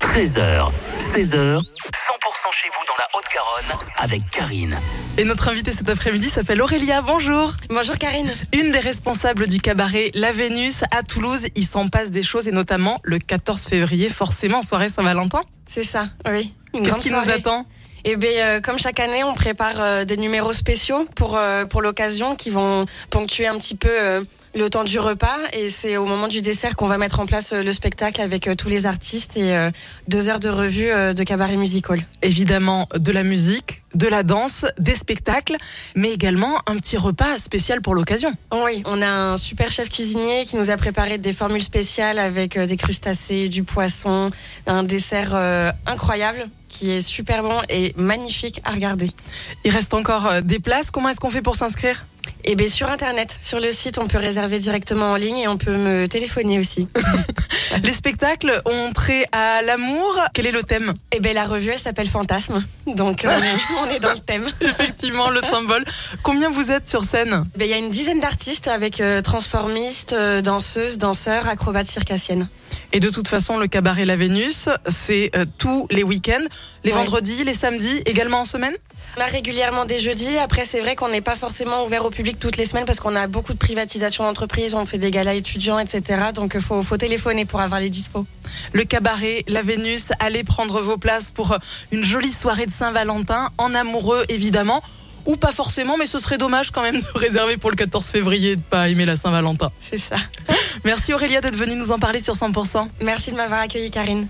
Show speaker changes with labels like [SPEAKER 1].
[SPEAKER 1] 13h, 16h, 100% chez vous dans la Haute-Garonne avec Karine.
[SPEAKER 2] Et notre invitée cet après-midi s'appelle Aurélia, bonjour
[SPEAKER 3] Bonjour Karine.
[SPEAKER 2] Une des responsables du cabaret La Vénus à Toulouse, il s'en passe des choses et notamment le 14 février, forcément soirée Saint-Valentin.
[SPEAKER 3] C'est ça, oui. Une
[SPEAKER 2] Qu'est-ce
[SPEAKER 3] grande
[SPEAKER 2] qui nous
[SPEAKER 3] soirée.
[SPEAKER 2] attend
[SPEAKER 3] Eh bien, euh, comme chaque année, on prépare euh, des numéros spéciaux pour, euh, pour l'occasion qui vont ponctuer un petit peu euh, le temps du repas. Et c'est au moment du dessert qu'on va mettre en place euh, le spectacle avec euh, tous les artistes et euh, deux heures de revue euh, de cabaret musical.
[SPEAKER 2] Évidemment de la musique, de la danse, des spectacles, mais également un petit repas spécial pour l'occasion.
[SPEAKER 3] Oh oui, on a un super chef cuisinier qui nous a préparé des formules spéciales avec euh, des crustacés, du poisson, un dessert euh, incroyable qui est super bon et magnifique à regarder.
[SPEAKER 2] Il reste encore euh, des places, comment est-ce qu'on fait pour s'inscrire
[SPEAKER 3] Eh bien, sur Internet, sur le site, on peut réserver directement en ligne et on peut me téléphoner aussi.
[SPEAKER 2] Les spectacles ont trait à l'amour, quel est le thème
[SPEAKER 3] Eh bien, la revue, elle s'appelle Fantasme. Donc, euh, on est- on est dans le thème.
[SPEAKER 2] Effectivement, le symbole. Combien vous êtes sur scène
[SPEAKER 3] Eh ben, Il y a une dizaine d'artistes avec euh, transformistes, euh, danseuses, danseurs, acrobates circassiennes.
[SPEAKER 2] Et de toute façon, le cabaret La Vénus, c'est euh, tous les week-ends, les
[SPEAKER 3] Ouais.
[SPEAKER 2] vendredis, les samedis, également en semaine.
[SPEAKER 3] On a régulièrement des jeudis. Après, c'est vrai qu'on n'est pas forcément ouvert au public toutes les semaines parce qu'on a beaucoup de privatisations d'entreprises, on fait des galas étudiants, etc. Donc, il faut, faut téléphoner pour avoir les dispos.
[SPEAKER 2] Le cabaret La Vénus, allez prendre vos places pour euh, une jolie soirée de Saint-Valentin, en amoureux évidemment, ou pas forcément, mais ce serait dommage quand même de réserver pour le 14 février et de pas aimer la Saint-Valentin.
[SPEAKER 3] C'est ça.
[SPEAKER 2] Merci Aurélia d'être venue nous en parler sur 100%.
[SPEAKER 3] Merci de m'avoir accueilli, Karine.